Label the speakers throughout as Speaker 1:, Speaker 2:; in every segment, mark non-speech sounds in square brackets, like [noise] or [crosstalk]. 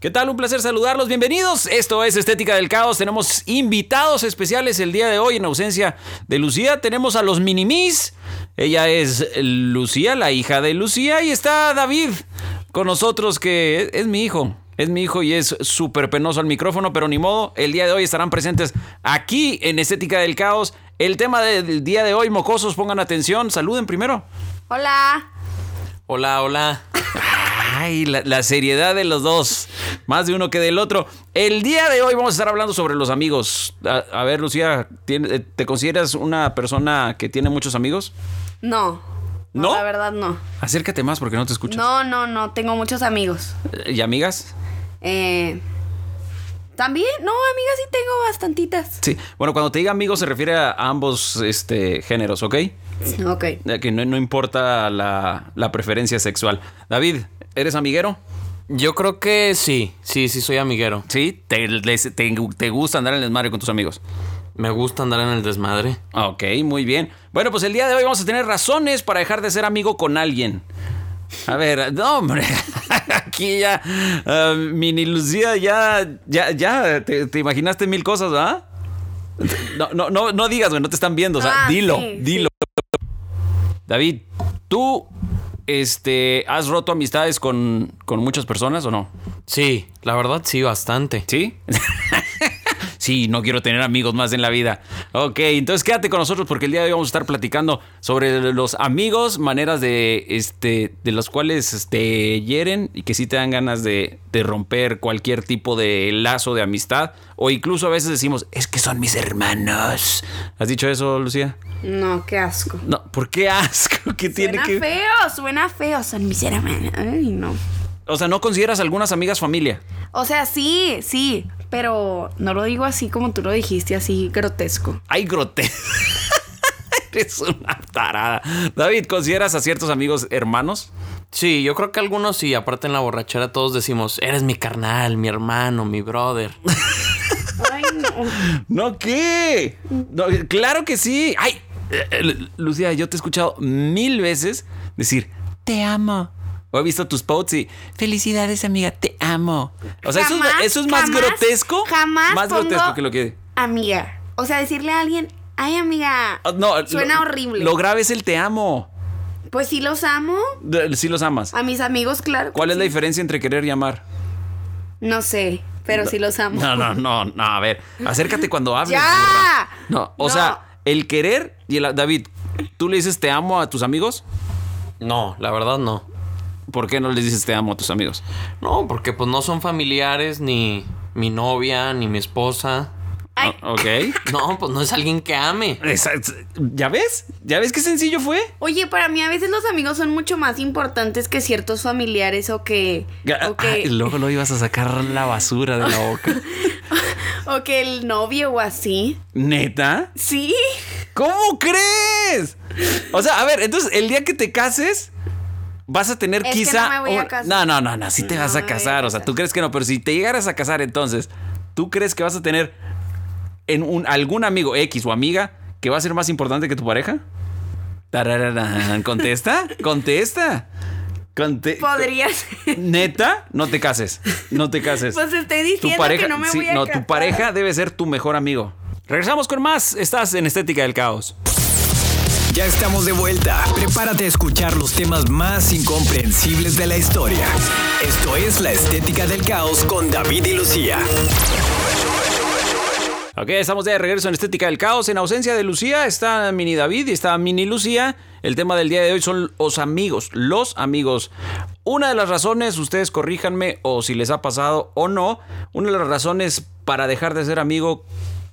Speaker 1: ¿Qué tal? Un placer saludarlos. Bienvenidos. Esto es Estética del Caos. Tenemos invitados especiales el día de hoy en ausencia de Lucía. Tenemos a los Minimis. Ella es Lucía, la hija de Lucía. Y está David con nosotros, que es, es mi hijo. Es mi hijo y es súper penoso al micrófono, pero ni modo. El día de hoy estarán presentes aquí en Estética del Caos. El tema del día de hoy, mocosos, pongan atención. Saluden primero.
Speaker 2: Hola.
Speaker 1: Hola, hola. Ay, la, la, seriedad de los dos. Más de uno que del otro. El día de hoy vamos a estar hablando sobre los amigos. A, a ver, Lucía, eh, ¿te consideras una persona que tiene muchos amigos?
Speaker 2: No. No,
Speaker 1: ¿No?
Speaker 2: La verdad no.
Speaker 1: Acércate más porque no te escucho.
Speaker 2: No, no, no. Tengo muchos amigos.
Speaker 1: ¿Y amigas?
Speaker 2: Eh, También, no, amigas sí tengo bastantitas.
Speaker 1: Sí. Bueno, cuando te diga amigos se refiere a ambos este, géneros, ¿ok?
Speaker 2: Ok.
Speaker 1: Que no, no importa la, la preferencia sexual. David, ¿Eres amiguero?
Speaker 3: Yo creo que sí, sí, sí soy amiguero.
Speaker 1: ¿Sí? ¿Te, les, te, te gusta andar en el desmadre con tus amigos?
Speaker 3: Me gusta andar en el desmadre.
Speaker 1: Ah, Ok, muy bien. Bueno, pues el día de hoy vamos a tener razones para dejar de ser amigo con alguien. A ver, no, hombre. [laughs] Aquí ya, uh, mini Lucía, ya, ya, ya, te, te imaginaste mil cosas, ¿verdad? No, no, no, no digas, güey, no te están viendo, o sea,
Speaker 2: Ah,
Speaker 1: dilo,
Speaker 2: sí,
Speaker 1: dilo. David, ¿tú este, ¿has roto amistades con, con muchas personas o no?
Speaker 3: Sí, la verdad sí, bastante.
Speaker 1: ¿Sí? [laughs] sí, no quiero tener amigos más en la vida. Ok, entonces quédate con nosotros porque el día de hoy vamos a estar platicando sobre los amigos, maneras de, este, de las cuales te hieren y que sí te dan ganas de, de romper cualquier tipo de lazo de amistad. O incluso a veces decimos, es que son mis hermanos. ¿Has dicho eso, Lucía?
Speaker 2: No, qué asco.
Speaker 1: No, ¿por qué asco? ¿Qué tiene
Speaker 2: suena
Speaker 1: que...?
Speaker 2: feo, suena feo. Son mis hermanas. Ay, no.
Speaker 1: O sea, ¿no consideras algunas amigas familia?
Speaker 2: O sea, sí, sí. Pero no lo digo así como tú lo dijiste, así grotesco.
Speaker 1: Ay, grotesco. [laughs] Eres una tarada. David, ¿consideras a ciertos amigos hermanos?
Speaker 3: Sí, yo creo que algunos sí, aparte en la borrachera todos decimos, eres mi carnal, mi hermano, mi brother.
Speaker 2: Ay, no.
Speaker 1: No, ¿qué? No, claro que sí. Ay, eh, eh, Lucía, yo te he escuchado mil veces decir, te amo. O he visto tus posts y felicidades, amiga, te amo. [laughs] O sea, eso es-
Speaker 2: Jamás,
Speaker 1: eso es, más
Speaker 2: jamás,
Speaker 1: grotesco.
Speaker 2: Jamás.
Speaker 1: Más
Speaker 2: pongo
Speaker 1: grotesco que lo que.
Speaker 2: Amiga. O sea, decirle a alguien, ay, amiga.
Speaker 1: Ah, No,
Speaker 2: suena
Speaker 1: lo-
Speaker 2: horrible.
Speaker 1: Lo grave es el te amo.
Speaker 2: Pues sí los amo.
Speaker 1: De- Sí los amas.
Speaker 2: A mis amigos, claro. que
Speaker 1: ¿Cuál es la
Speaker 2: sí.
Speaker 1: diferencia entre querer y amar?
Speaker 2: No sé, pero sí los amo.
Speaker 1: No, no, no, no, a ver, acércate cuando hables.
Speaker 2: ¡Ya!
Speaker 1: burra. No, o sea, el querer y el David, ¿tú le dices te amo a tus amigos?
Speaker 3: No, la verdad no.
Speaker 1: ¿Por qué no les dices te amo a tus amigos?
Speaker 3: No, porque pues no son familiares ni mi novia, ni mi esposa.
Speaker 2: Ay.
Speaker 1: O- ok.
Speaker 3: No, pues no es alguien que ame.
Speaker 1: Esa- es- ¿Ya ves? ¿Ya ves qué sencillo fue?
Speaker 2: Oye, para mí a veces los amigos son mucho más importantes que ciertos familiares o que. O
Speaker 1: Ah,
Speaker 2: que,
Speaker 1: luego lo ibas a sacar la basura de la boca.
Speaker 2: o que el novio o así.
Speaker 1: ¿Neta?
Speaker 2: Sí.
Speaker 1: ¿Cómo crees? O sea, a ver, entonces el día que te cases vas a tener
Speaker 2: Es que
Speaker 1: quizá
Speaker 2: no me voy a
Speaker 1: un-
Speaker 2: casar.
Speaker 1: No, no, no, no, sí te
Speaker 2: No
Speaker 1: vas
Speaker 2: me
Speaker 1: a
Speaker 2: voy a
Speaker 1: casar, o sea,
Speaker 2: casar.
Speaker 1: tú crees que no, pero si te llegaras a casar entonces, ¿tú crees que vas a tener en un algún amigo X o amiga que va a ser más importante que tu pareja? Tarararán, contesta, contesta. Conte- [laughs]
Speaker 2: Podrías.
Speaker 1: Neta, no te cases. No te cases.
Speaker 2: Pues estoy diciendo que no me voy a
Speaker 1: No, tu
Speaker 2: casar.
Speaker 1: pareja debe ser tu mejor amigo. Regresamos con más. Estás en Estética del Caos.
Speaker 4: Ya estamos de vuelta. Prepárate a escuchar los temas más incomprensibles de la historia. Esto es La Estética del Caos con David y Lucía.
Speaker 1: Ok, estamos de regreso en Estética del Caos. En ausencia de Lucía está Mini David y está Mini Lucía. El tema del día de hoy son los amigos, los amigos. Una de las razones, ustedes corríjanme o si les ha pasado o no, una de las razones para dejar de ser amigo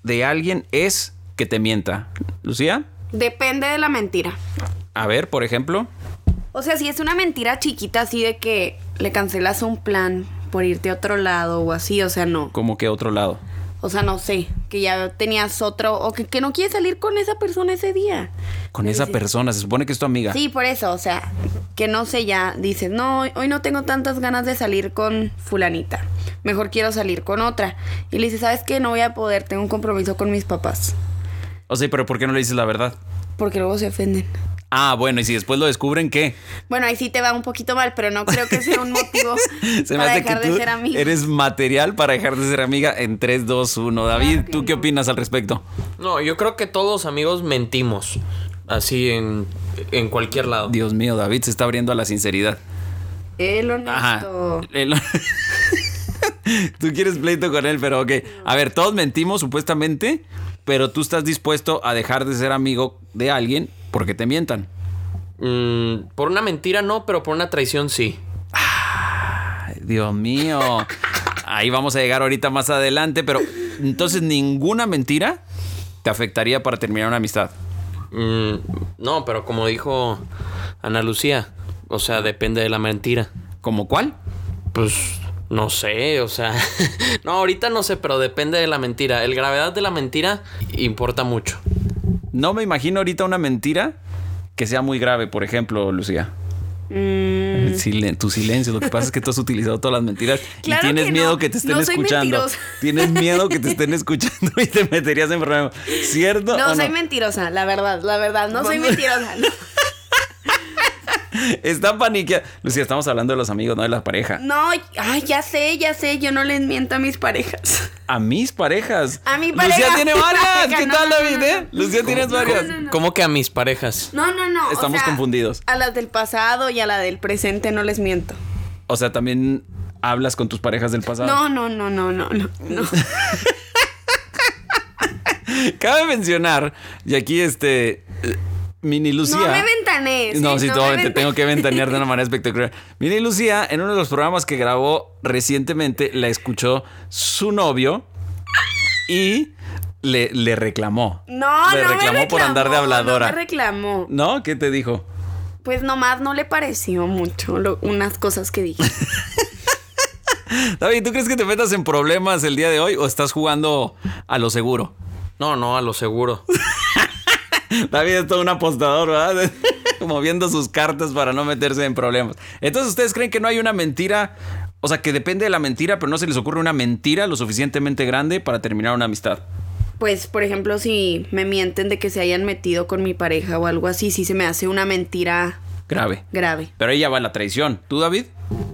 Speaker 1: de alguien es que te mienta. Lucía,
Speaker 2: Depende de la mentira.
Speaker 1: a ver, por ejemplo.
Speaker 2: O sea, si es una mentira chiquita así de que le cancelas un plan por irte a otro lado o así, o sea, no.
Speaker 1: Como que a otro lado.
Speaker 2: O sea, no sé, que ya tenías otro o que, que no quieres salir con esa persona ese día.
Speaker 1: Con esa persona, se supone que es tu amiga.
Speaker 2: Sí, por eso, o sea, que no sé ya, dices, no, hoy- hoy no tengo tantas ganas de salir con fulanita, mejor quiero salir con otra. Y le dices, ¿sabes qué? No voy a poder, tengo un compromiso con mis papás,
Speaker 1: O sea, pero ¿por qué no le dices la verdad?
Speaker 2: porque luego se ofenden.
Speaker 1: Ah, bueno, y si después lo descubren, ¿qué? [laughs]
Speaker 2: Bueno, ahí sí te va un poquito mal, pero no creo que sea un motivo
Speaker 1: [laughs] Se me
Speaker 2: para
Speaker 1: hace
Speaker 2: dejar
Speaker 1: que
Speaker 2: de
Speaker 1: tú
Speaker 2: ser amigo.
Speaker 1: eres material para dejar de ser amiga en 3, 2, 1. David,
Speaker 2: que
Speaker 1: ¿tú qué
Speaker 2: no.
Speaker 1: opinas al respecto?
Speaker 3: No, yo creo que todos los amigos mentimos. Así en, en cualquier lado.
Speaker 1: Dios mío, David se está abriendo a la sinceridad.
Speaker 2: El
Speaker 1: Ajá.
Speaker 2: honesto.
Speaker 1: El- [laughs] tú quieres pleito con él, pero ok. A ver, todos mentimos supuestamente, pero tú estás dispuesto a dejar de ser amigo de alguien porque te mientan.
Speaker 3: Mm, por una mentira no, pero por una traición sí.
Speaker 1: Ay, Dios mío. Ahí vamos a llegar ahorita más adelante, pero entonces ninguna mentira te afectaría para terminar una amistad.
Speaker 3: Mm, no, pero como dijo Ana Lucía, o sea, depende de la mentira.
Speaker 1: ¿Como cuál?
Speaker 3: Pues no sé, o sea, [laughs] no, ahorita no sé, pero depende de la mentira. El gravedad de la mentira importa mucho.
Speaker 1: No me imagino ahorita una mentira que sea muy grave, por ejemplo, Lucía.
Speaker 2: Mm,
Speaker 1: El silen- tu silencio, lo que pasa es que tú has utilizado todas las mentiras
Speaker 2: Claro
Speaker 1: y tienes
Speaker 2: que
Speaker 1: miedo
Speaker 2: no,
Speaker 1: que te estén
Speaker 2: no soy
Speaker 1: escuchando.
Speaker 2: mentirosa.
Speaker 1: Tienes miedo
Speaker 2: [laughs]
Speaker 1: que te estén escuchando y te meterías en problemas. ¿Cierto?
Speaker 2: no,
Speaker 1: o
Speaker 2: soy mentirosa, la verdad, la verdad, no soy mentirosa.
Speaker 1: Está paniqueada. Lucía, estamos hablando de los amigos, no de la pareja.
Speaker 2: No, ay, ya sé, ya sé, yo no les miento a mis parejas.
Speaker 1: A mis parejas.
Speaker 2: A mi
Speaker 1: Lucía
Speaker 2: pareja.
Speaker 1: tiene varias.
Speaker 2: [laughs]
Speaker 1: ¿Qué
Speaker 2: No,
Speaker 1: tal,
Speaker 2: no, no,
Speaker 1: David?
Speaker 2: no,
Speaker 1: eh?
Speaker 2: no.
Speaker 1: Lucía, tienes varias.
Speaker 3: ¿Cómo que a mis parejas?
Speaker 2: No, no, no. o
Speaker 1: Estamos
Speaker 2: sea,
Speaker 1: confundidos.
Speaker 2: A las del pasado y a la del presente no les miento.
Speaker 1: O sea, también hablas con tus parejas del pasado.
Speaker 2: No, no, no, no, no, no. no.
Speaker 1: [laughs] Cabe mencionar, y aquí este. eh, Mini Lucía.
Speaker 2: No me ventanees,
Speaker 1: No,
Speaker 2: ¿eh?
Speaker 1: sí,
Speaker 2: No
Speaker 1: te
Speaker 2: me
Speaker 1: voy- te
Speaker 2: ventanees.
Speaker 1: tengo que ventanear de una
Speaker 2: [laughs]
Speaker 1: manera espectacular. Mini Lucía, en uno de los programas que grabó recientemente, la escuchó su novio y le, le reclamó.
Speaker 2: No,
Speaker 1: Le
Speaker 2: no me
Speaker 1: reclamó por andar de
Speaker 2: reclamó,
Speaker 1: habladora.
Speaker 2: No me reclamó.
Speaker 1: ¿No? ¿Qué te dijo?
Speaker 2: Pues nomás no le pareció mucho lo- unas cosas
Speaker 1: [laughs]
Speaker 2: que dije.
Speaker 1: David, ¿tú crees que te metas en problemas el día de hoy o estás jugando a lo seguro?
Speaker 3: No, no, a lo seguro.
Speaker 1: David es todo un apostador, ¿verdad? [laughs] Moviendo sus cartas para no meterse en problemas. Entonces, ¿ustedes creen que no hay una mentira? O sea, que depende de la mentira, pero no se les ocurre una mentira lo suficientemente grande para terminar una amistad.
Speaker 2: Pues, por ejemplo, si me mienten de que se hayan metido con mi pareja o algo así, sí se me hace una mentira
Speaker 1: Grave.
Speaker 2: grave.
Speaker 1: Pero ahí ya va la traición. ¿Tú, David?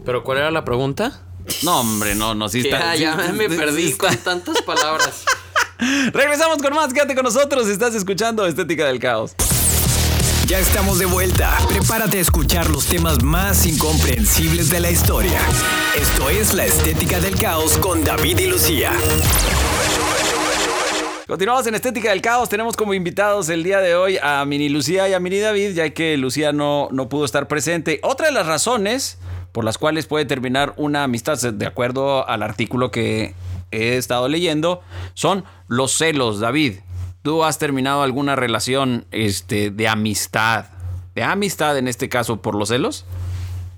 Speaker 3: ¿Pero cuál era la pregunta?
Speaker 1: No, hombre, no, no, sí
Speaker 3: Que,
Speaker 1: está.
Speaker 3: ah,
Speaker 1: sí- [laughs]
Speaker 3: [laughs] ya me
Speaker 1: sí
Speaker 3: perdí
Speaker 1: está.
Speaker 3: con tantas palabras.
Speaker 1: Regresamos con más. Quédate con nosotros. Estás escuchando Estética del Caos.
Speaker 4: Ya estamos de vuelta. Prepárate a escuchar los temas más incomprensibles de la historia. Esto es La Estética del Caos con David y Lucía.
Speaker 1: Continuamos en Estética del Caos. Tenemos como invitados el día de hoy a Mini Lucía y a Mini David, ya que Lucía no, no pudo estar presente. Otra de las razones por las cuales puede terminar una amistad, de acuerdo al artículo que he estado leyendo, son los celos, David. ¿Tú has terminado alguna relación este, de amistad? De amistad en este caso por los celos.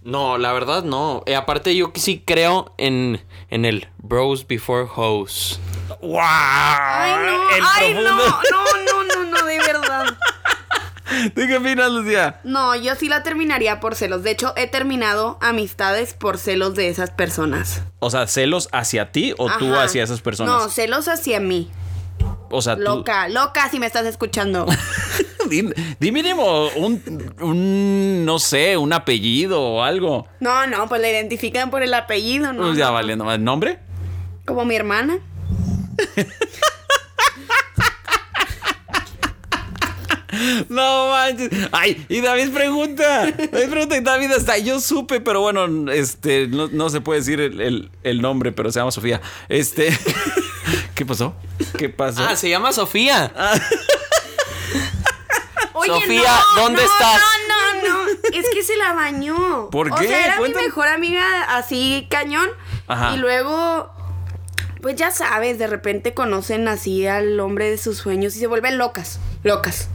Speaker 3: No, la verdad no. Eh, aparte yo que sí creo en, en el bros before hoes.
Speaker 1: ¡Wow! Ah,
Speaker 2: Ay, no, ay, no, no, no, no, no, de verdad.
Speaker 1: [laughs] ¿Tú qué opinas, Lucía?
Speaker 2: No, yo sí la terminaría por celos. De hecho, he terminado amistades por celos de esas personas.
Speaker 1: O sea, celos hacia ti o tú
Speaker 2: Ajá.
Speaker 1: hacia esas personas.
Speaker 2: No, celos hacia mí.
Speaker 1: o sea, tú-
Speaker 2: Loca, loca si me
Speaker 1: [laughs]
Speaker 2: estás escuchando.
Speaker 1: Di, di mínimo un, un, no sé, un apellido o algo.
Speaker 2: No, no, pues la identifican por el apellido, ¿no?
Speaker 1: Pues Ya vale, nomás. ¿Nombre?
Speaker 2: Como
Speaker 1: [laughs]
Speaker 2: mi hermana.
Speaker 1: No manches. Ay, y David pregunta. David pregunta y David hasta yo supe, pero bueno, este, no, no se puede decir el, el- el nombre, pero se llama Sofía. Este. [laughs] ¿Qué pasó? ¿Qué pasó?
Speaker 3: Ah, se llama Sofía.
Speaker 2: Oye,
Speaker 3: Sofía, ¿dónde
Speaker 2: no,
Speaker 3: estás?
Speaker 2: No, no, no. Es que se la bañó.
Speaker 1: ¿Por
Speaker 2: O
Speaker 1: qué?
Speaker 2: sea, era
Speaker 1: Cuéntame.
Speaker 2: mi mejor amiga así cañón.
Speaker 1: Ajá.
Speaker 2: Y luego, pues ya sabes, de repente conocen así al hombre de sus sueños y se vuelven locas. Locas.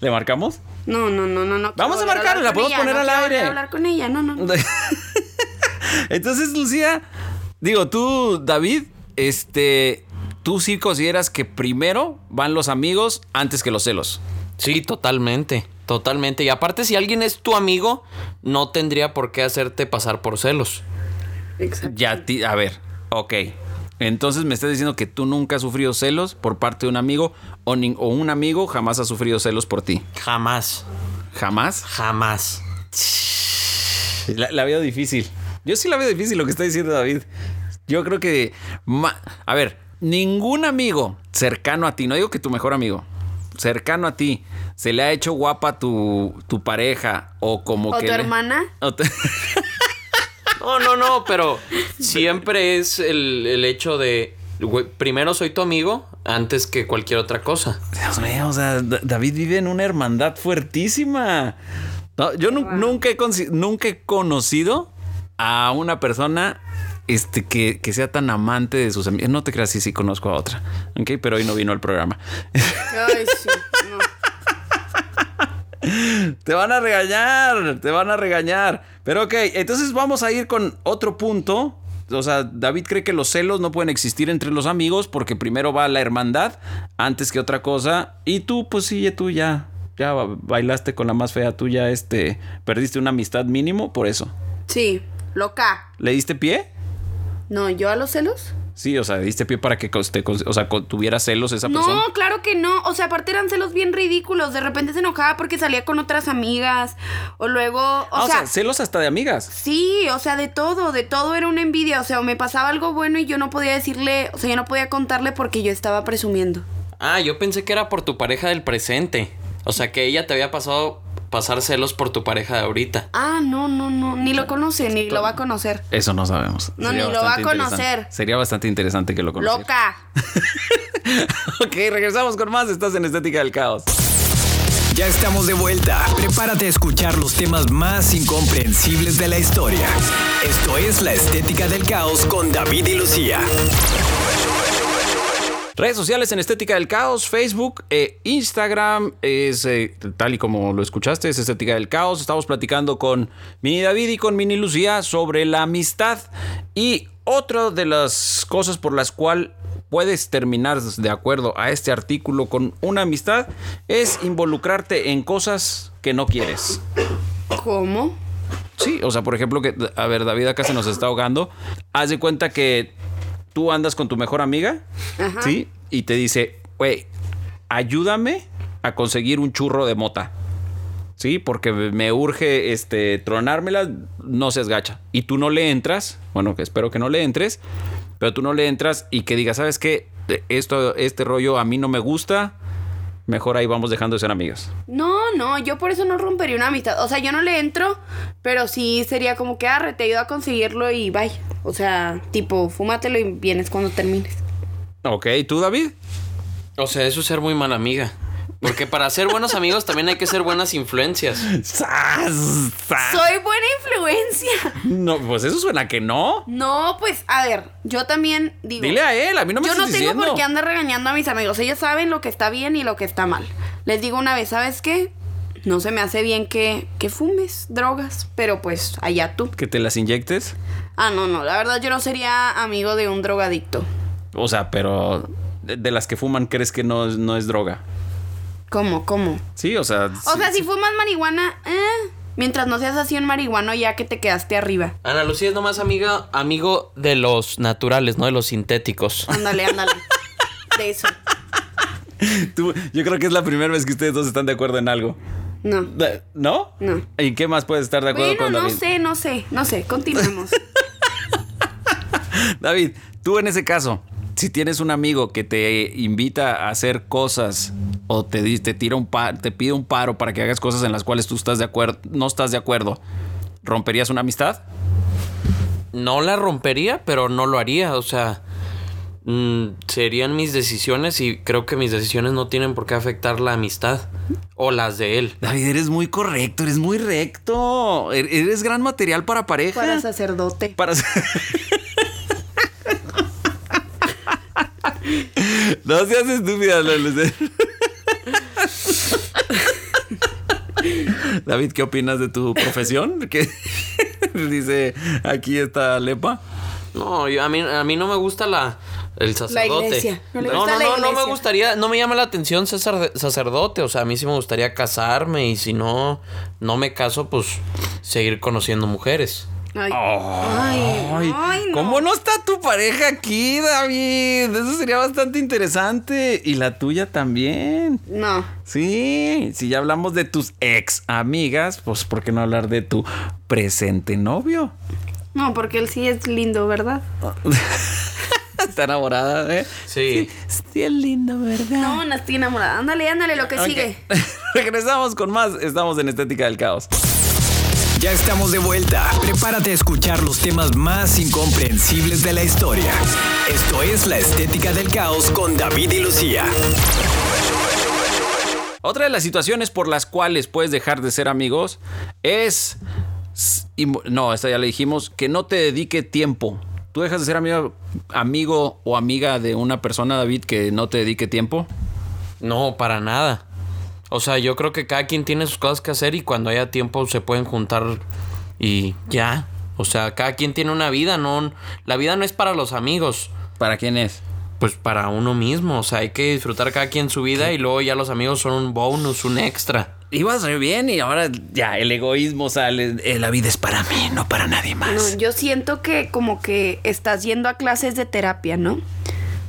Speaker 1: ¿Le marcamos?
Speaker 2: No, no, no, no, no.
Speaker 1: Vamos
Speaker 2: quiero
Speaker 1: a marcarle,
Speaker 2: hablar
Speaker 1: la
Speaker 2: con
Speaker 1: podemos
Speaker 2: ella,
Speaker 1: poner
Speaker 2: no
Speaker 1: al
Speaker 2: quiero
Speaker 1: aire.
Speaker 2: volver a hablar con ella,
Speaker 1: [laughs]
Speaker 2: no, no.
Speaker 1: Entonces, Lucía, digo, tú, David, este, tú sí consideras que primero van los amigos antes que los celos.
Speaker 3: Sí, totalmente, totalmente. Y aparte, si alguien es tu amigo, no tendría por qué hacerte pasar por celos.
Speaker 2: Exacto.
Speaker 1: Ya, ti- a ver, ok. Entonces me estás diciendo que tú nunca has sufrido celos por parte de un amigo o, nin- o un amigo jamás ha sufrido celos por ti.
Speaker 3: Jamás,
Speaker 1: Jamás.
Speaker 3: jamás.
Speaker 1: La, la veo difícil. Yo sí la veo difícil lo que está diciendo David. Yo creo que... ma- a ver, ningún amigo cercano a ti, no digo que tu mejor amigo, cercano a ti, se le ha hecho guapa tu, tu pareja o como
Speaker 2: ¿O
Speaker 1: que...
Speaker 2: tu
Speaker 1: le-
Speaker 2: hermana?
Speaker 1: o tu- [laughs]
Speaker 3: No, no, no, pero siempre es el, el hecho de, güey, primero soy tu amigo antes que cualquier otra cosa.
Speaker 1: Dios mío, o sea, Da- David vive en una hermandad fuertísima. No, yo nu- nunca, he consi- nunca he conocido a una persona este, que, que sea tan amante de sus amigos. No te creas, sí, sí conozco a otra. Ok, pero hoy no vino al programa. [laughs]
Speaker 2: Ay, sí, no.
Speaker 1: te van a regañar, te van a regañar. Pero ok, entonces vamos a ir con otro punto. O sea, David cree que los celos no pueden existir entre los amigos porque primero va la hermandad antes que otra cosa. Y tú, pues sí, tú ya, ya bailaste con la más fea, tú ya este, perdiste una amistad mínimo por eso.
Speaker 2: Sí, loca.
Speaker 1: ¿Le diste pie?
Speaker 2: No, ¿yo a los celos?
Speaker 1: Sí, o sea, diste pie para que cos- te cos- o sea, co- tuviera celos esa persona.
Speaker 2: No, claro que no. O sea, aparte eran celos bien ridículos. De repente se enojaba porque salía con otras amigas. O luego. O,
Speaker 1: Ah, o
Speaker 2: sea,
Speaker 1: sea, celos hasta de amigas.
Speaker 2: sí, o sea, de todo, de todo era una envidia. O sea, o me pasaba algo bueno y yo no podía decirle, o sea, yo no podía contarle porque yo estaba presumiendo.
Speaker 3: Ah, yo pensé que era por tu pareja del presente. O sea, que ella te había pasado pasar celos por tu pareja de ahorita.
Speaker 2: Ah, no, no, no. Ni lo conoce, ni lo va a conocer.
Speaker 1: Eso no sabemos.
Speaker 2: No, ni lo va a
Speaker 1: bastante
Speaker 2: conocer.
Speaker 1: interesante. Sería bastante interesante que lo conociera. [laughs]
Speaker 2: Loca.
Speaker 1: Ok, regresamos con más. Estás en Estética del Caos.
Speaker 4: Ya estamos de vuelta. Prepárate a escuchar los temas más incomprensibles de la historia. Esto es La Estética del Caos con David y Lucía.
Speaker 1: Redes sociales en Estética del Caos, Facebook, eh, Instagram, es eh, tal y como lo escuchaste, es Estética del Caos. Estamos platicando con Mini David y con Mini Lucía sobre la amistad. Y otra de las cosas por las cuales puedes terminar de acuerdo a este artículo con una amistad es involucrarte en cosas que no quieres.
Speaker 2: ¿Cómo?
Speaker 1: Sí, o sea, por ejemplo, que, a ver, David acá se nos está ahogando. Haz de cuenta que tú andas con tu mejor amiga,
Speaker 2: Ajá.
Speaker 1: ¿sí? Y te dice, güey, ayúdame a conseguir un churro de mota. Sí, porque me urge este, tronármela, no seas gacha. Y tú no le entras, bueno, que espero que no le entres, pero tú no le entras y que digas, ¿sabes qué? Esto, este rollo a mí no me gusta, mejor ahí vamos dejando de ser amigos.
Speaker 2: No, no, yo por eso no rompería una amistad. O sea, yo no le entro, pero sí sería como que arre, te ayudo a conseguirlo y bye. O sea, tipo, fúmatelo y vienes cuando termines.
Speaker 1: Ok, ¿tú, David?
Speaker 3: O sea, eso es ser muy mala amiga. Porque para ser buenos amigos también hay que ser buenas influencias.
Speaker 1: [laughs] ¡Sas! ¡Sas!
Speaker 2: Soy buena influencia.
Speaker 1: [laughs] No, pues eso suena que no.
Speaker 2: No, pues, a ver, yo también digo.
Speaker 1: Dile a él, a mí no me
Speaker 2: yo no
Speaker 1: estás
Speaker 2: tengo
Speaker 1: diciendo.
Speaker 2: por qué andar regañando a mis amigos. Ellos saben lo que está bien y lo que está mal. Les digo una vez, ¿sabes qué? No se me hace bien que, que fumes drogas, pero pues allá tú.
Speaker 1: Que te las inyectes.
Speaker 2: Ah, no, no, la verdad yo no sería amigo de un drogadicto.
Speaker 1: O sea, pero de, de las que fuman, ¿crees que no, es- no es droga?
Speaker 2: ¿Cómo, cómo?
Speaker 1: Sí, o sea.
Speaker 2: O
Speaker 1: sí,
Speaker 2: sea, si fumas marihuana, eh, mientras no seas así un marihuano ya que te quedaste arriba.
Speaker 3: Ana Lucía es nomás amiga, amigo de los naturales, no de los sintéticos.
Speaker 2: Ándale,
Speaker 1: [laughs]
Speaker 2: ándale. De eso.
Speaker 1: [laughs] tú- yo creo que es la primera vez que ustedes dos están de acuerdo en algo.
Speaker 2: No.
Speaker 1: Da- ¿No?
Speaker 2: No.
Speaker 1: ¿Y qué más puedes estar de acuerdo
Speaker 2: Bueno,
Speaker 1: con
Speaker 2: no
Speaker 1: David?
Speaker 2: sé, no sé, no sé. Continuemos.
Speaker 1: David, tú en ese caso, si tienes un amigo que te invita a hacer cosas o te, di- te tira un pa- te pide un paro para que hagas cosas en las cuales tú estás de acuerdo, no estás de acuerdo, ¿romperías una amistad?
Speaker 3: No la rompería, pero no lo haría. O sea, mm, serían mis decisiones y creo que mis decisiones no tienen por qué afectar la amistad o las de él.
Speaker 1: David, eres muy correcto, eres muy recto. Er- Eres gran material para pareja. [laughs]
Speaker 2: Para sacerdote.
Speaker 1: Para ser- no seas estúpida, Lulus. David, ¿qué opinas de tu profesión? ¿Qué dice aquí esta lepa?
Speaker 3: No, yo- a, mí, a mí no me gusta la, el sacerdote.
Speaker 2: iglesia. No
Speaker 3: No,
Speaker 2: le
Speaker 3: no,
Speaker 2: gusta
Speaker 3: no,
Speaker 2: la
Speaker 3: no me
Speaker 2: iglesia.
Speaker 3: gustaría, no me llama la atención ser sar- sacerdote. O sea, a mí sí me gustaría casarme y si no, no me caso, pues seguir conociendo mujeres.
Speaker 2: Ay, ay, ay, no.
Speaker 1: ¿Cómo no está tu pareja aquí, David? Eso sería bastante interesante. Y la tuya también.
Speaker 2: No.
Speaker 1: Sí, si ya hablamos de tus ex amigas, pues ¿por qué no hablar de tu presente novio? [laughs]
Speaker 2: No, porque él sí es lindo, ¿verdad?
Speaker 1: Está enamorada, ¿eh?
Speaker 3: Sí.
Speaker 1: Sí, es lindo, ¿verdad?
Speaker 2: No, no estoy enamorada. Ándale, ándale, lo que
Speaker 1: Ok.
Speaker 2: sigue.
Speaker 1: [laughs] Regresamos con más. Estamos en Estética del Caos.
Speaker 4: Ya estamos de vuelta. Prepárate a escuchar los temas más incomprensibles de la historia. Esto es La Estética del Caos con David y Lucía.
Speaker 1: Otra de las situaciones por las cuales puedes dejar de ser amigos es. s- im- No, esta ya le dijimos, que no te dedique tiempo. ¿Tú dejas de ser amigo, amigo o amiga de una persona, David, que no te dedique tiempo?
Speaker 3: No, para nada. O sea, yo creo que cada quien tiene sus cosas que hacer y cuando haya tiempo se pueden juntar y ya. O sea, cada quien tiene una vida, no la vida no es para los amigos,
Speaker 1: ¿Para quién es?
Speaker 3: pues para uno mismo, o sea, hay que disfrutar cada quien su vida y luego ya los amigos son un bonus, un extra.
Speaker 1: Ibas re bien y ahora ya el egoísmo sale. eh, La vida es para mí, no para nadie
Speaker 2: No,
Speaker 1: más.
Speaker 2: yo siento que como que estás yendo a clases de terapia, ¿no?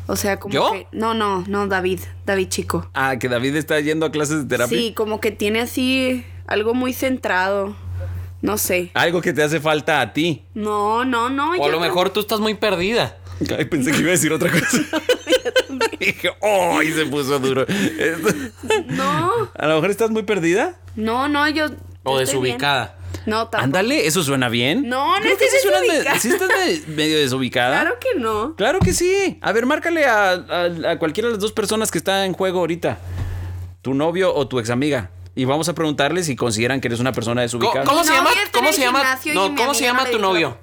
Speaker 2: O sea, como
Speaker 1: ¿Yo?
Speaker 2: que. No, no, no, David. David chico.
Speaker 1: Ah, que David está yendo a clases de terapia.
Speaker 2: Sí, como que tiene así algo muy centrado. No sé.
Speaker 1: Algo que te hace falta a ti.
Speaker 2: No, no, no.
Speaker 3: O
Speaker 2: yo
Speaker 3: a lo
Speaker 2: tam-
Speaker 3: mejor tú estás muy perdida.
Speaker 1: Ay, pensé que iba a decir otra cosa. [laughs] Dije, ¡oh! Y se puso duro. Esto-
Speaker 2: [laughs] No,
Speaker 1: A lo mejor estás muy perdida.
Speaker 2: no, no, yo.
Speaker 3: O
Speaker 2: yo estoy bien.
Speaker 3: desubicada.
Speaker 2: No, tampoco.
Speaker 1: Ándale, eso suena bien.
Speaker 2: No, no
Speaker 1: Creo que
Speaker 2: estoy
Speaker 1: sí suena
Speaker 2: desubicada.
Speaker 1: me- sí estás
Speaker 2: [laughs]
Speaker 1: me- medio desubicada.
Speaker 2: Claro que no.
Speaker 1: Claro que sí. A ver, márcale a, a- a cualquiera de las dos personas que está en juego ahorita. Tu novio o tu ex amiga. Y vamos a preguntarle si consideran que eres una persona
Speaker 3: ¿Cómo,
Speaker 1: desubicada.
Speaker 3: cómo
Speaker 2: Mi
Speaker 3: se llama?
Speaker 2: novio está en
Speaker 3: ¿Cómo
Speaker 2: el
Speaker 3: se llama?
Speaker 2: gimnasio y
Speaker 3: No,
Speaker 2: mi
Speaker 3: ¿cómo se
Speaker 2: amiga
Speaker 3: llama
Speaker 2: me
Speaker 3: tu
Speaker 2: dijo-
Speaker 3: novio?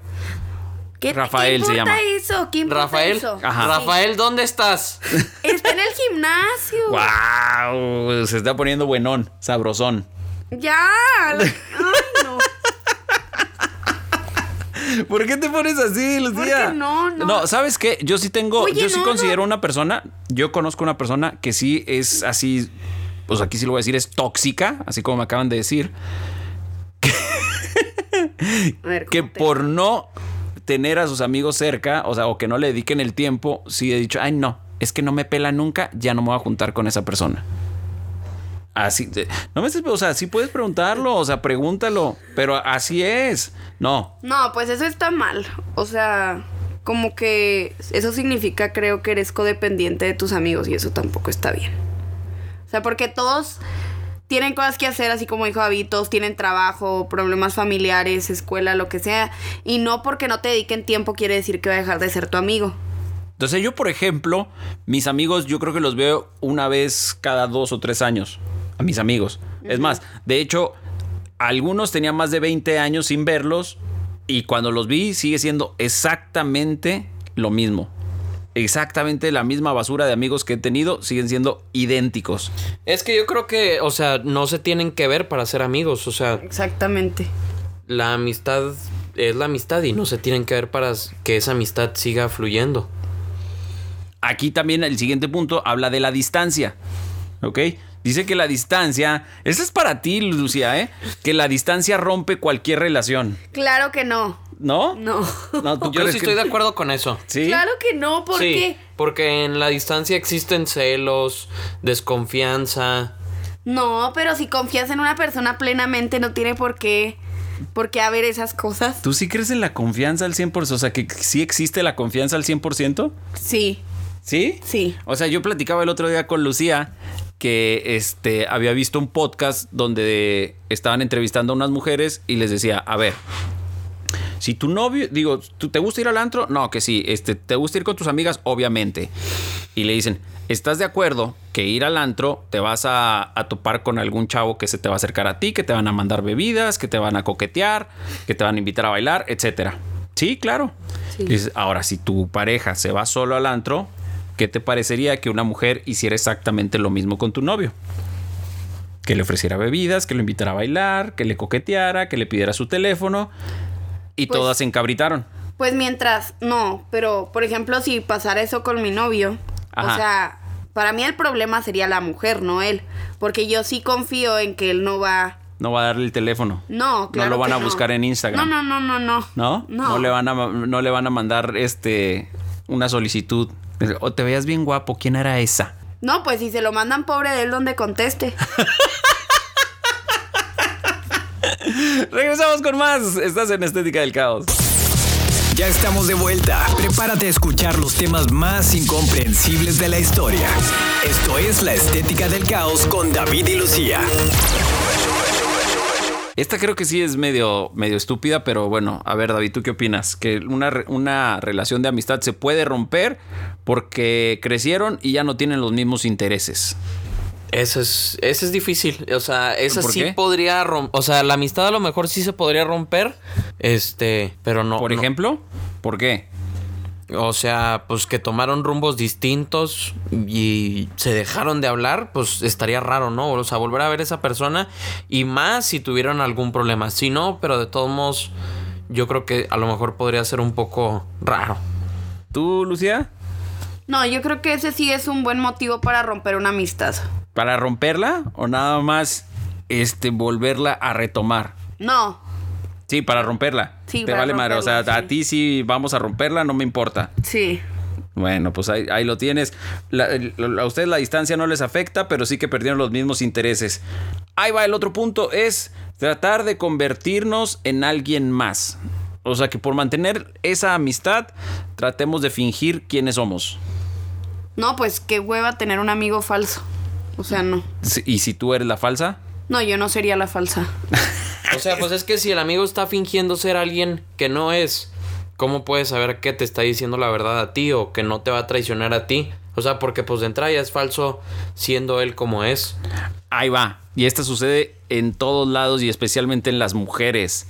Speaker 2: ¿Qué,
Speaker 1: Rafael
Speaker 2: ¿qué
Speaker 1: se
Speaker 2: importa
Speaker 1: llama.
Speaker 2: eso? ¿Qué importa
Speaker 3: Rafael.
Speaker 2: eso?
Speaker 1: Ajá.
Speaker 2: Sí.
Speaker 3: Rafael, ¿dónde estás?
Speaker 2: Está en el
Speaker 3: [laughs]
Speaker 2: gimnasio.
Speaker 1: ¡Wow! Se está poniendo buenón, sabrosón.
Speaker 2: Ya. Ay, no.
Speaker 1: ¿Por qué te pones así, Lucía?
Speaker 2: Porque no, no.
Speaker 1: No, ¿sabes qué? Yo sí tengo,
Speaker 2: Oye,
Speaker 1: yo sí
Speaker 2: no,
Speaker 1: considero
Speaker 2: no.
Speaker 1: una persona, yo conozco una persona que sí es así, pues aquí sí lo voy a decir, es tóxica, así como me acaban de decir,
Speaker 2: A
Speaker 3: [laughs]
Speaker 2: ver,
Speaker 1: que
Speaker 2: ¿cómo te-
Speaker 1: por no tener a sus amigos cerca, o sea, o que no le dediquen el tiempo, sí he dicho, ay no, es que no me pela nunca, ya no me voy a juntar con esa persona. Así, de- no me estés, o sea, sí puedes preguntarlo, o sea, pregúntalo, pero así es. No,
Speaker 2: No, pues eso está mal. O sea, como que eso significa, creo que eres codependiente de tus amigos y eso tampoco está bien. O sea, porque todos tienen cosas que hacer, así como dijo David, todos tienen trabajo, problemas familiares, escuela, lo que sea. Y no porque no te dediquen tiempo quiere decir que va a dejar de ser tu amigo.
Speaker 1: Entonces yo, por ejemplo, mis amigos yo creo que los veo una vez cada dos o tres años. A mis amigos. Es más, de hecho, algunos tenían más de 20 años sin verlos y cuando los vi sigue siendo exactamente lo mismo. Exactamente la misma basura de amigos que he tenido siguen siendo idénticos.
Speaker 3: Es que yo creo que, o sea, no se tienen que ver para ser amigos. O sea,
Speaker 2: Exactamente.
Speaker 3: la amistad es la amistad y no se tienen que ver para que esa amistad siga fluyendo.
Speaker 1: Aquí también el siguiente punto habla de la distancia. ¿Ok? Dice que la distancia, esa es para ti, Lucía, ¿eh? Que la distancia rompe cualquier relación.
Speaker 2: Claro que no.
Speaker 1: ¿No?
Speaker 2: No.
Speaker 3: [laughs]
Speaker 1: No, ¿tú
Speaker 3: Yo
Speaker 1: crees
Speaker 3: sí
Speaker 1: que-
Speaker 3: estoy de acuerdo con eso.
Speaker 1: ¿Sí?
Speaker 2: Claro que no, ¿por
Speaker 3: sí,
Speaker 2: qué?
Speaker 3: porque en la distancia existen celos, desconfianza.
Speaker 2: No, pero si confías en una persona plenamente, no tiene por qué, por qué haber esas cosas.
Speaker 1: ¿Tú sí crees en la confianza al 100%? O sea, que sí existe la confianza al 100%?
Speaker 2: Sí,
Speaker 1: ¿Sí?
Speaker 2: sí.
Speaker 1: O sea, yo platicaba el otro día con Lucía que este, había visto un podcast donde estaban entrevistando a unas mujeres y les decía, a ver, si tu novio, digo, ¿tú te gusta ir al antro? No, que sí. Este, ¿Te gusta ir con tus amigas? Obviamente. Y le dicen, ¿estás de acuerdo que ir al antro te vas a, a topar con algún chavo que se te va a acercar a ti, que te van a mandar bebidas, que te van a coquetear, que te van a invitar a bailar, etcétera? Sí, claro.
Speaker 2: Sí.
Speaker 1: Y dices, Ahora, si tu pareja se va solo al antro, ¿qué te parecería que una mujer hiciera exactamente lo mismo con tu novio? que le ofreciera bebidas, que lo invitara a bailar, que le coqueteara, que le pidiera su teléfono. Y
Speaker 2: Pues-
Speaker 1: todas se encabritaron.
Speaker 2: Pues mientras, no, pero por ejemplo, si pasara eso con mi novio,
Speaker 1: Ajá.
Speaker 2: o sea, para mí el problema sería la mujer, no él, porque yo sí confío en que él no va...
Speaker 1: No va a darle el teléfono.
Speaker 2: No, claro
Speaker 1: No lo van
Speaker 2: que
Speaker 1: a buscar en Instagram.
Speaker 2: No, no, no, no, no.
Speaker 1: ¿No?
Speaker 2: No.
Speaker 1: le van a, no le van a mandar este una solicitud. O te veías bien guapo, ¿quién era esa?
Speaker 2: No, pues si se lo mandan pobre de él donde conteste.
Speaker 1: [laughs] Regresamos con más. Estás en Estética del Caos.
Speaker 4: Ya estamos de vuelta. Prepárate a escuchar los temas más incomprensibles de la historia. Esto es La Estética del Caos con David y Lucía.
Speaker 1: Esta creo que sí es medio, medio estúpida, pero bueno, a ver, David, ¿tú qué opinas? ¿Que una, re- una relación de amistad se puede romper porque crecieron y ya no tienen los mismos intereses?
Speaker 3: Eso es, eso es difícil. O sea, esa
Speaker 1: ¿Por
Speaker 3: sí
Speaker 1: qué?
Speaker 3: podría romper. O sea, la amistad a lo mejor sí se podría romper. Este, pero no.
Speaker 1: Por
Speaker 3: no.
Speaker 1: ejemplo, ¿por qué?
Speaker 3: O sea, pues que tomaron rumbos distintos y se dejaron de hablar, pues estaría raro, ¿no? O sea, volver a ver a esa persona y más si tuvieron algún problema. Si no, pero de todos modos, yo creo que a lo mejor podría ser un poco raro.
Speaker 1: ¿Tú, Lucía?
Speaker 2: No, yo creo que ese sí es un buen motivo para romper una amistad.
Speaker 1: ¿Para romperla o nada más este, volverla a retomar?
Speaker 2: No,
Speaker 1: Sí, para romperla.
Speaker 2: Sí,
Speaker 1: Te
Speaker 2: para
Speaker 1: vale madre. O sea,
Speaker 2: romperla,
Speaker 1: a
Speaker 2: sí.
Speaker 1: ti sí vamos a romperla, no me importa.
Speaker 2: sí.
Speaker 1: Bueno, pues ahí, ahí lo tienes. La- el- a ustedes la distancia no les afecta, pero sí que perdieron los mismos intereses. Ahí va el otro punto, es tratar de convertirnos en alguien más. O sea que por mantener esa amistad, tratemos de fingir quiénes somos.
Speaker 2: No, pues qué hueva tener un amigo falso. O sea, no.
Speaker 1: Si- Y si tú eres la falsa,
Speaker 2: No, yo no sería la falsa.
Speaker 3: O sea, pues es que si el amigo está fingiendo ser alguien que no es, ¿cómo puedes saber que te está diciendo la verdad a ti o que no te va a traicionar a ti? O sea, porque pues de entrada ya es falso siendo él como es.
Speaker 1: Ahí va. Y esta sucede en todos lados y especialmente en las mujeres.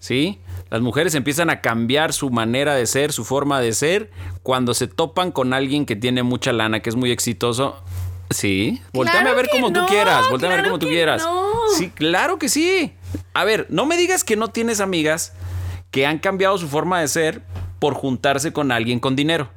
Speaker 1: ¿Sí? Las mujeres empiezan a cambiar su manera de ser, su forma de ser, cuando se topan con alguien que tiene mucha lana, que es muy exitoso. Sí. Volteame
Speaker 2: Claro
Speaker 1: a ver
Speaker 2: que
Speaker 1: como tú
Speaker 2: no,
Speaker 1: quieras. Volteame a ver
Speaker 2: claro
Speaker 1: como tú
Speaker 2: que
Speaker 1: quieras.
Speaker 2: no.
Speaker 1: Sí, claro que sí. A ver, no me digas que no tienes amigas que han cambiado su forma de ser por juntarse con alguien con dinero.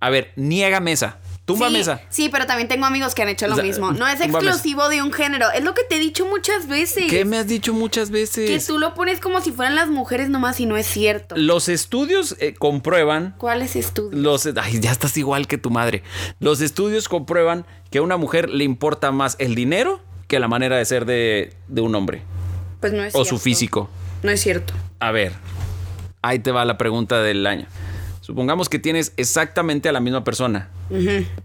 Speaker 1: A ver, niega mesa. Tumba
Speaker 2: sí,
Speaker 1: mesa.
Speaker 2: Sí, pero también tengo amigos que han hecho lo
Speaker 1: O sea,
Speaker 2: mismo. No es
Speaker 1: tumba mesa.
Speaker 2: exclusivo de un género. Es lo que te he dicho muchas veces.
Speaker 1: ¿Qué me has dicho muchas veces?
Speaker 2: Que tú lo pones como si fueran las mujeres nomás y no es cierto.
Speaker 1: Los estudios eh, comprueban.
Speaker 2: ¿Cuál es estudio?
Speaker 1: Los, ay, ya estás igual que tu madre. Los estudios comprueban que a una mujer le importa más el dinero que la manera de ser de, de un hombre
Speaker 2: Pues no es
Speaker 1: o
Speaker 2: cierto.
Speaker 1: su físico.
Speaker 2: No es cierto.
Speaker 1: A ver, ahí te va la pregunta del año. Supongamos que tienes exactamente a la misma persona,